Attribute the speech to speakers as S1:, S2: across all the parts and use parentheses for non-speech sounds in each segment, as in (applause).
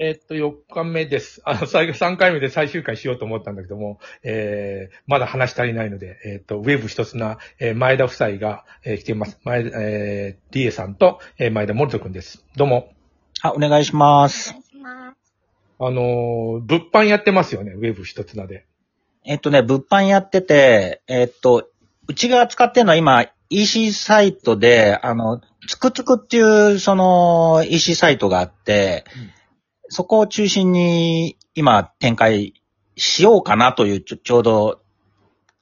S1: えっと、4日目です。あの、最後3回目で最終回しようと思ったんだけども、えー、まだ話し足りないので、えっと、ウェブ一つな、えー前田夫妻が、えー来ています。前、えー、リエさんと、えー前田森人くんです。どうも。
S2: あ、お願いします。
S1: あのー物販やってますよね、ウェブ一つなで。
S2: えっとね、物販やってて、えっと、うちが使ってるのは今、EC サイトで、あの、つくつくっていう、その、EC サイトがあって、
S1: うん
S2: そこを中心に今展開しようかなという、ちょちょうど、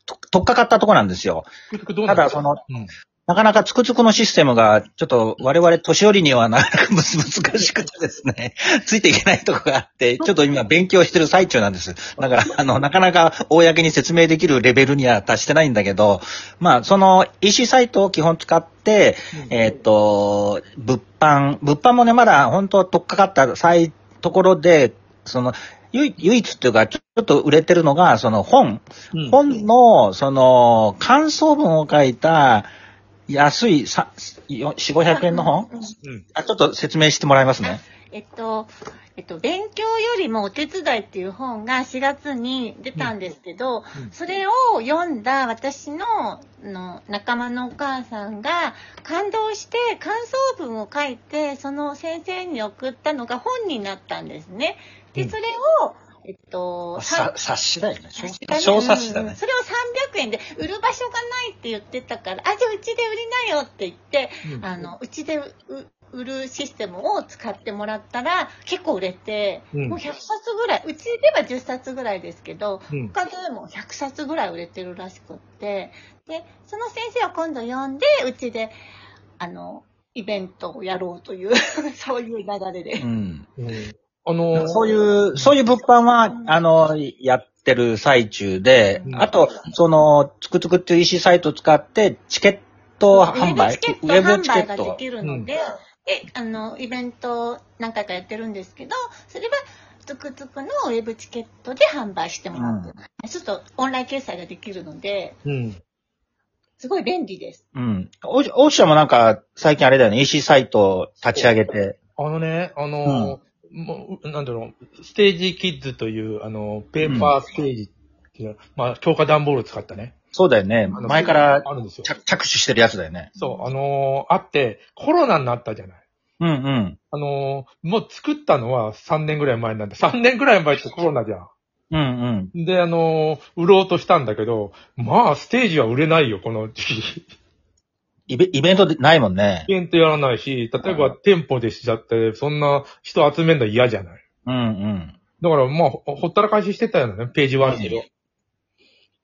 S2: と、とっかかったとこなんですよ。
S1: つくつくどうなんで
S2: ただ、
S1: すか
S2: その、
S1: うん。
S2: なかなかつくつくのシステムが、ちょっと我々年寄りにはなかなかむず難しくてですね、 (laughs) ついていけないとこがあって、ちょっと今勉強してる最中なんです。だから、あの、なかなか公に説明できるレベルには達してないんだけど、まあ、その EC サイトを基本使って、えーっと、物販、物販もね、まだ本当とっかかった最、ところで、その、唯唯一っていうか、ちょっと売れてるのが、その本、
S1: うん
S2: 本の、その、感想文を書いた、安い、さ、よ4、500円の本
S3: うん
S1: うん。
S2: あ、ちょっと説明してもらいますね。
S3: えっと、えっと、勉強よりもお手伝いっていう本が4月に出たんですけど、
S1: うん
S3: それを読んだ私のあの仲間のお母さんが感動して感想文を書いて、その先生に送ったのが本になったんですね。
S1: うん
S3: で、それを、えっと、
S2: さ、冊子だよね。小
S3: 確かに
S2: 小冊子だ
S3: うん
S2: ね。
S3: それを300円で売る場所がないって言ってたから、あ、じゃあうちで売りなよって言って、
S1: うん
S3: あの、うちでう売るシステムを使ってもらったら、結構売れて、
S1: うん
S3: もう100冊ぐらい、うちでは10冊ぐらいですけど、
S1: うん。
S3: 他でも100冊ぐらい売れてるらしくって、で、その先生を今度呼んで、うちで、あの、イベントをやろうという、 (laughs) そういう流れで。
S2: うん。
S1: うんあのー
S2: そういう、そういう物販は、あの、やってる最中で
S1: う、ん
S2: あと、その、つくつくっていう EC サイトを使って、チケット販売
S3: ウェブチケット
S2: ウェブチケ
S3: 販売
S2: ッ
S3: がで
S2: ト。
S3: きるので、で、あの、イベントを何回かやってるんですけど、それは、つくつくのウェブチケットで販売してもらって、ちょっとオンライン決済ができるので、
S1: うん。
S3: すごい便利です。
S2: うん。おし、おしゃもなんか、最近あれだよね、EC サイト立ち上げて。
S1: あのね、あのーもう、なんだろう、ステージキッズという、あの、ペーパーステージっていう、まあ、強化段ボールを使ったね。
S2: そうだよね。
S1: あの
S2: 前から
S1: あるんですよ。
S2: 着着手してるやつだよね。
S1: そう、あのーあって、コロナになったじゃない。
S2: うんうん。
S1: あのーもう作ったのは3年ぐらい前なんだ。3年ぐらい前ってコロナじゃ
S2: うんうん。
S1: ん。で、あのー売ろうとしたんだけど、まあ、ステージは売れないよ、この時期。
S2: イベイベントでないもんね
S1: イ。ベントやらないし、例えば店舗でしちゃって、そんな人集めるの嫌じゃない。
S2: うんうん。
S1: だから、まあ、ほほったらかししてたよね、ページ1で。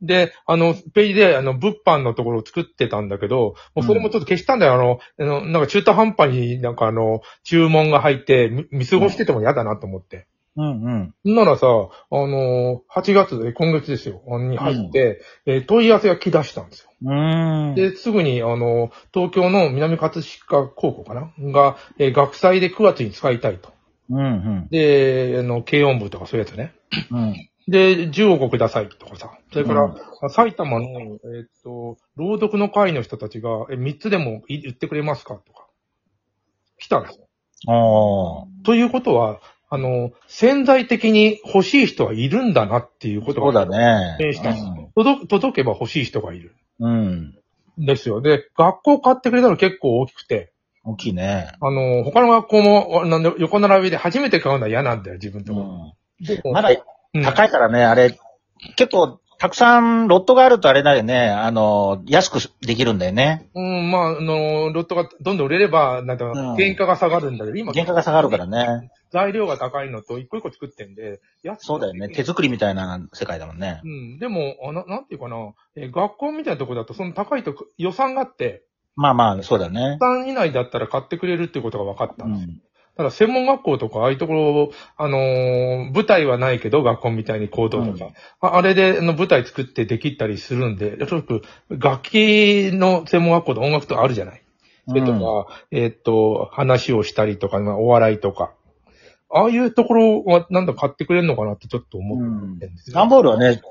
S1: で、あの、ページで、あの、物販のところを作ってたんだけど、もうそれもちょっと消したんだよ。あの、あのなんか中途半端になんかあの、注文が入って、み見過ごしてても嫌だなと思って。
S2: うんうん。
S1: ならさ、あのー、8月で、今月ですよ、に入って、えー問い合わせが来だしたんですよ。
S2: うーん。
S1: で、すぐに、あの、東京の南葛飾高校かなが、えー学祭で9月に使いたいと。
S2: うんうん。
S1: で、あの、軽音部とかそういうやつね。
S2: うん。
S1: で、10億くださいとかさ。それから、
S2: うん
S1: あ埼玉の、えーっと、朗読の会の人たちが、え、3つでもい言ってくれますかとか。来たんですよ。
S2: おー。
S1: ということは、あの、潜在的に欲しい人はいるんだなっていうことが。
S2: そうだね。
S1: えーした届く届けば欲しい人がいる。
S2: うん。うん。
S1: ですよ。で、学校買ってくれたの結構大きくて、
S2: 大きいね。
S1: あの、他の学校も、あなんで横並びで初めて買うのは嫌なんだよ、自分と
S2: う
S1: こ。
S2: ん。
S1: で
S2: まだ
S1: うん
S2: 高いからね、あれ、結構、たくさんロットがあるとあれだよね、あの、安くできるんだよね。
S1: うん、まあ、あの、ロットがどんどん売れれば、なんか
S2: ん、
S1: 原価が下がるんだけど、今、
S2: 原価が下がるからね。
S1: 材料が高いのと、一個一個作ってんで、安く
S2: そうだよね。手作りみたいな世界だもんね
S1: う。ん、でも、あななんていうかな、えー学校みたいなとこだと、その高いとこ予算があって、
S2: まあまあ、そうだね
S1: 予。算以内だったら買ってくれるっていうことが分かった
S2: うん
S1: ですよ。
S2: ん。
S1: ただ、専門学校とか、ああいうところ、あのー舞台はないけど、学校みたいに行動とか、ああれで、あの、舞台作ってできたりするんで、とにかく、楽器の専門学校と音楽とかあるじゃない。それと
S2: うん
S1: か、えーっと、話をしたりとか、まあ、お笑いとか。ああいうところは、なんだ買ってくれるのかなってちょっと思ってるんですよ。
S2: 段ボールはね、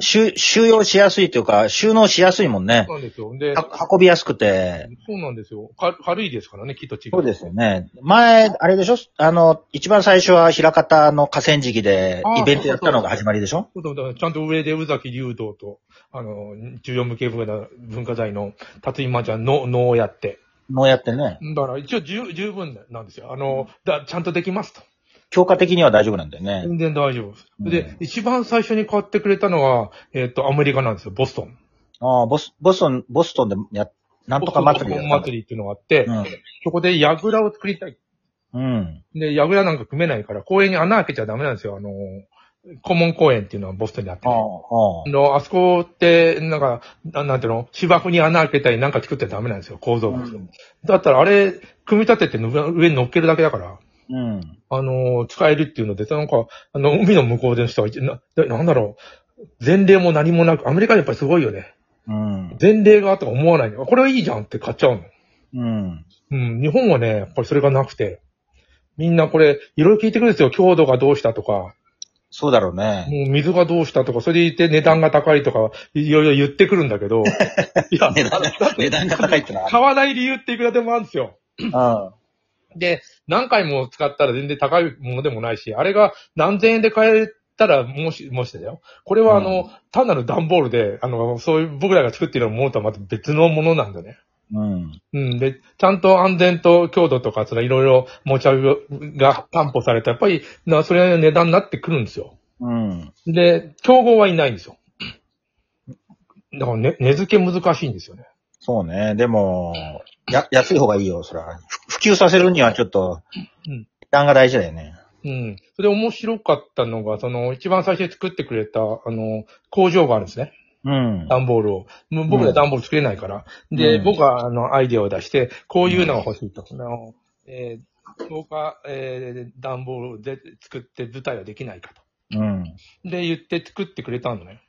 S2: 収収容しやすいというか、収納しやすいもんね
S1: そ。うなんですよ。で、
S2: は運びやすくて。
S1: そうなんですよ。か軽いですからね、木と違
S2: そうですよね。前、あれでしょあの、一番最初は平方の河川敷で
S1: あー
S2: イベントやったのが始まりでしょ
S1: そうそうだからちゃんと上で宇崎竜道と、あの、重要無形文化文化財の辰井まちゃんの能をやって。
S2: もうやってね。
S1: だから一応十十分なんですよ。あの、だちゃんとできますと。
S2: 強化的には大丈夫なんだよね。
S1: 全然大丈夫です。
S2: うん
S1: で、一番最初に買ってくれたのは、えっ、と、アメリカなんですよ、ボストン。
S2: ああ、ボス、ボストン、ボストンでや、なんとか祭り
S1: ボ
S2: や
S1: スト
S2: った
S1: ン
S2: んだ
S1: 祭りっていうのがあって、そこで櫓を作りたい。
S2: うん。うん。
S1: で、櫓なんか組めないから、公園に穴開けちゃダメなんですよ。あの、コモン公園っていうのはボストンにあって
S2: ああ、
S1: ね、
S2: ああ
S1: あ。の、あそこって、なんか、ななんていうの芝生に穴開けたりなんか作ってダメなんですよ、構造物。
S2: うん
S1: だったらあれ、組み立てての上に乗っけるだけだから、
S2: うん。
S1: あのー使えるっていうので、なんか、あの、海の向こうでしたら、な、ななんだろう。前例も何もなく、アメリカやっぱりすごいよね。
S2: うん。
S1: 前例があったか思わないの。あこれはいいじゃんって買っちゃうの。
S2: うん。
S1: うん、日本はね、やっぱりそれがなくて。みんなこれ、いろいろ聞いてくるんですよ。強度がどうしたとか、
S2: そうだろうね。
S1: もう水がどうしたとか、それでいて値段が高いとか、いろいろ言ってくるんだけど、いや、
S2: 値段が、値段が高いってのは
S1: 買わない理由っていくらでもあるんですよ。
S2: あ
S1: で、何回も使ったら全然高いものでもないし、あれが何千円で買えたら、もし、もしだよ。これはあの、単なる段ボールで、あの、そういう僕らが作っているものとはまた別のものなんだね。
S2: る。うん。
S1: うん。で、ちゃんと安全と強度とか、そのいろいろ持ち運びが担保された。やっぱり、な、それなりの値段になってくるんですよ。
S2: うん。
S1: で、競合はいないんですよ。だからね、値付け難しいんですよね。
S2: そうね。でも、や、安い方がいいよ、そら。ふ普及させるにはちょっと、
S1: うん
S2: 値段が大事だよね。
S1: うん。それで面白かったのが、その、一番最初に作ってくれた、あの、工場があるんですね。
S2: うん。
S1: 段ボールを。もう僕ら段ボール作れないから。で、
S2: うん
S1: 僕は、あの、アイデアを出して、こういうのが欲しいと。あの、えー、どうか、えー、段ボールで作って舞台はできないか
S2: うん。
S1: と。で、言って作ってくれたのね。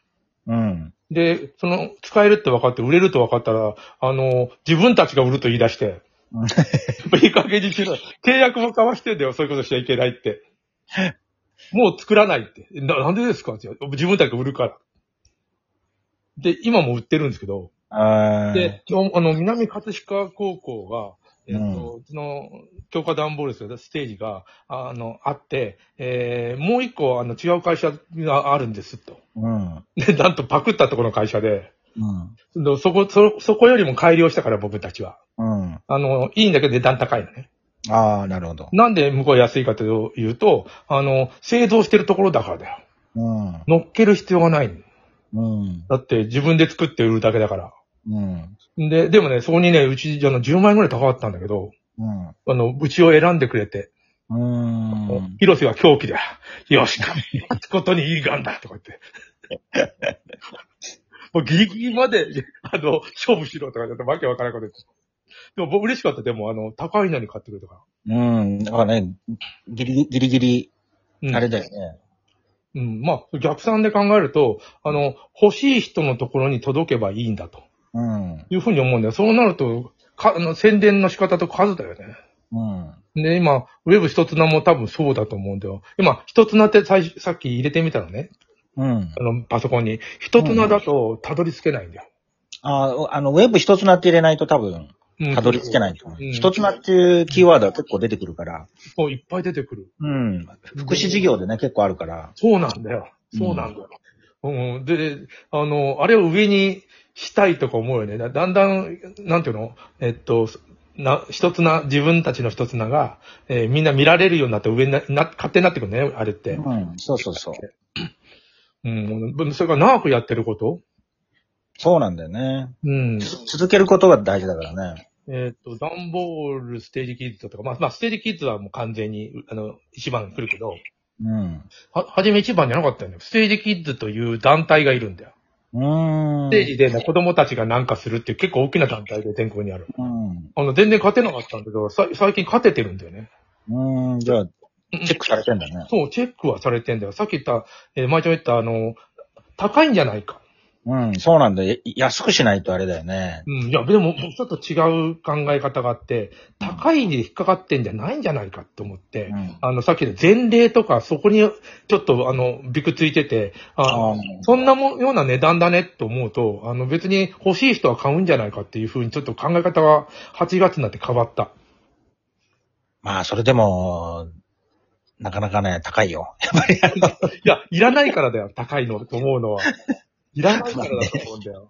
S2: うん。
S1: で、その、使えるって分かって、売れると分かったら、あの、自分たちが売ると言い出して
S2: うん、
S1: いい加減にしろ。契約も交わしてんだよ、そういうことしちゃいけないって。もう作らないって。ななんでですかって自分たちが売るから。で、今も売ってるんですけど、
S2: あー
S1: で、今日、あの、南葛飾高校が、えっと、うちの、強化段ボールですよ、ステージが、あの、あって、えー、もう一個、あの、違う会社があるんです、と。
S2: うん。うん。
S1: で、なんとパクったところの会社で、のそこ、そ、そこよりも改良したから、僕たちは。
S2: うん。
S1: あの、いいんだけど値段高いのね。
S2: ああ、なるほど。
S1: なんで向こうは安いかというと、あの、製造してるところだからだよ。
S2: うん。
S1: 乗っける必要がない。
S2: うん。
S1: だって、自分で作って売るだけだから。
S2: うん。
S1: で、でもね、そこにね、うち、あの、10万円ぐらい高かったんだけど、
S2: うん。
S1: あの、うちを選んでくれて、
S2: うん。
S1: 広瀬は狂気だ。よし、勝つことにいいがんだとか言って。
S2: (laughs)
S1: もうギリギリまで、あの、勝負しろとか言って、わけわからんこと言って。でも僕嬉しかった。でも、あの、高いのに買ってくれたか
S2: うん。だからね、ギリギリギリ、
S1: ら。うん、
S2: あれだよね。
S1: うん。まあ、逆算で考えると、あの、欲しい人のところに届けばいいんだと
S2: うん。
S1: いうふうに思うんだよ。そうなると、か、あの、宣伝の仕方と数だよね。
S2: うん。
S1: で、今、ウェブ一つ名も多分そうだと思うんだよ。今、一つ名って最初さっき入れてみたのね。
S2: うん。
S1: あの、パソコンに。一つ名だと、たどり着けないんだよ。
S2: ああ、あの、ウェブ一つなって入れないと多分、
S1: うん
S2: たどり着けないと思う。
S1: うん
S2: 一つなっていうキーワードは結構出てくるから。
S1: そう、いっぱい出てくる。
S2: うん。福祉事業でね、結構あるから。
S1: そうなんだよ。そうなんだよ。うん、で、あの、あれを上にしたいとか思うよね。だだんだん、なんていうのえっと、な、一つな、自分たちの一つなが、えーみんな見られるようになって上にな、な勝手になってくるね、あれっ
S2: う
S1: て。
S2: ん。そうそうそう。
S1: うん、それから長くやってること
S2: そうなんだよね。
S1: うん。
S2: 続けることが大事だからね。
S1: えっ、と、ダンボール、ステージキッズとか、まあ、まあ、ステージキッズはもう完全に、あの、一番来るけど、
S2: うん。
S1: は、はじめ一番じゃなかったよね。ステージキッズという団体がいるんだよ。
S2: うーん。
S1: ステージでね、子供たちがなんかするっていう結構大きな団体で全国にある。
S2: うん。
S1: あの、全然勝てなかったんだけど、さ最近勝ててるんだよね。
S2: うん。じゃあ、
S1: うん
S2: チェックされてんだね。
S1: そう、チェックはされてんだよ。さっき言った、えー前ちゃん言った、あの、高いんじゃないか。
S2: うん、そうなんだよ。い安くしないとあれだよね。
S1: うん、いや、でも、ちょっと違う考え方があって、高いに引っかかってんじゃないんじゃないかって思って、
S2: うん。
S1: あの、さっきの前例とか、そこに、ちょっと、あの、びくついてて、あ
S2: あー
S1: そんなもんような値段だねと思うと、あの、別に欲しい人は買うんじゃないかっていうふうに、ちょっと考え方が8月になって変わった。
S2: まあ、それでも、なかなかね、高いよ。 (laughs)
S1: いや、いらないからだよ、高いのと思うのは。いらないからだと思うんだよ。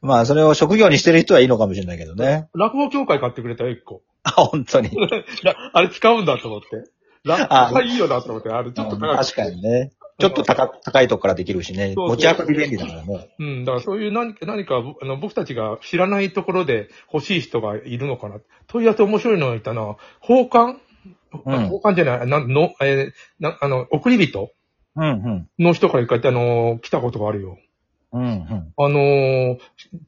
S2: まあ、それを職業にしてる人はいいのかもしれないけどね。 (laughs)
S1: 落語協会買ってくれたよ、一個。
S2: あ、本当に。
S1: いや、あれ使うんだと思って。落語がいいよなと思って、あれちょっと
S2: うん
S1: 高い。
S2: 確かにね。ちょっと高高いとこからできるし
S1: そ
S2: ね。
S1: うそう
S2: 持ち運び便利だからね。
S1: うん、だからそういう何何かあの僕たちが知らないところで欲しい人がいるのかな。問い合わせ面白いのがいたな。奉還、
S2: うん
S1: 奉還じゃない、なんの、えーなあの、送り人
S2: うん、うん。
S1: の人から一回、あのー来たことがあるよ。
S2: うん、うん。
S1: あのー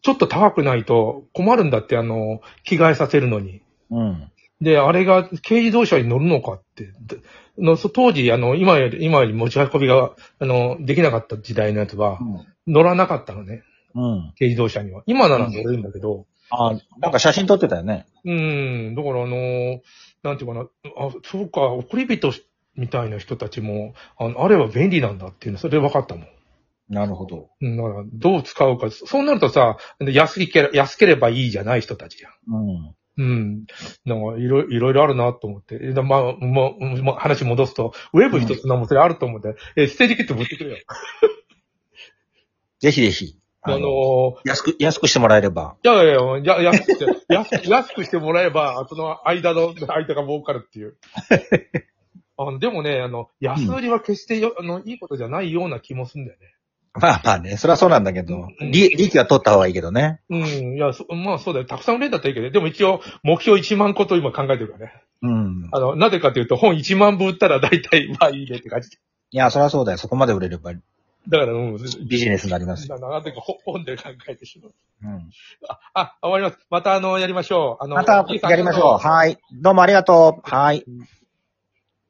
S1: ちょっと高くないと困るんだって、あのー着替えさせるのに。
S2: うん。
S1: で、あれが軽自動車に乗るのかって。でのそ当時、あの、今より、今より持ち運びが、あの、できなかった時代のやつは、乗らなかったのね。
S2: うん。
S1: 軽自動車には。今なら乗れるんだけど、
S2: あ、なんか写真撮ってたよね。
S1: うん、だからあのーなんていうかな、あ、そうか、送り人みたいな人たちも、あの、あれは便利なんだっていうの、それ分かったもん。
S2: なるほど。
S1: うん、だから、どう使うか、そそうなるとさ、安いけれ、安ければいいじゃない人たちじゃん。
S2: うん。
S1: うん。なんか、いろ、いろいろあるなと思って。えだまあ、もう、もう話戻すと、ウェブ一つのもそれあると思うんで、え、ステージキット持ってくれよ。
S2: ぜひぜひ。
S1: あのー
S2: 安く、安くしてもらえれば。 (laughs)
S1: いやいやいや、や安くして、安く、安くしてもらえば、その間の、間が儲かるって (laughs) いう。あのでもね、あの、安売りは決してよ、あの、いいことじゃないような気もするんだよ
S2: まあまあね、それはそうなんだけど、利利益は取った方がいいけどね。
S1: ね。うん、いや、そまあそうだよ。たくさん売れんだったらいいけど、でも一応、目標1万個と今考えてるからね。
S2: うん。
S1: あの、なぜかというと、本1万部売ったら大 (laughs) 体、まあいいねって感じ。
S2: いや、それはそうだよ。そこまで売れれば
S1: だから、うん、
S2: ビジネスになりますよ。
S1: ななんていうか、ほ本で考えてしまう。
S2: うん。
S1: あ、終わります。また、あの、やりましょう。あの、
S2: またやりましょう。はい。どうもありがとう。はい。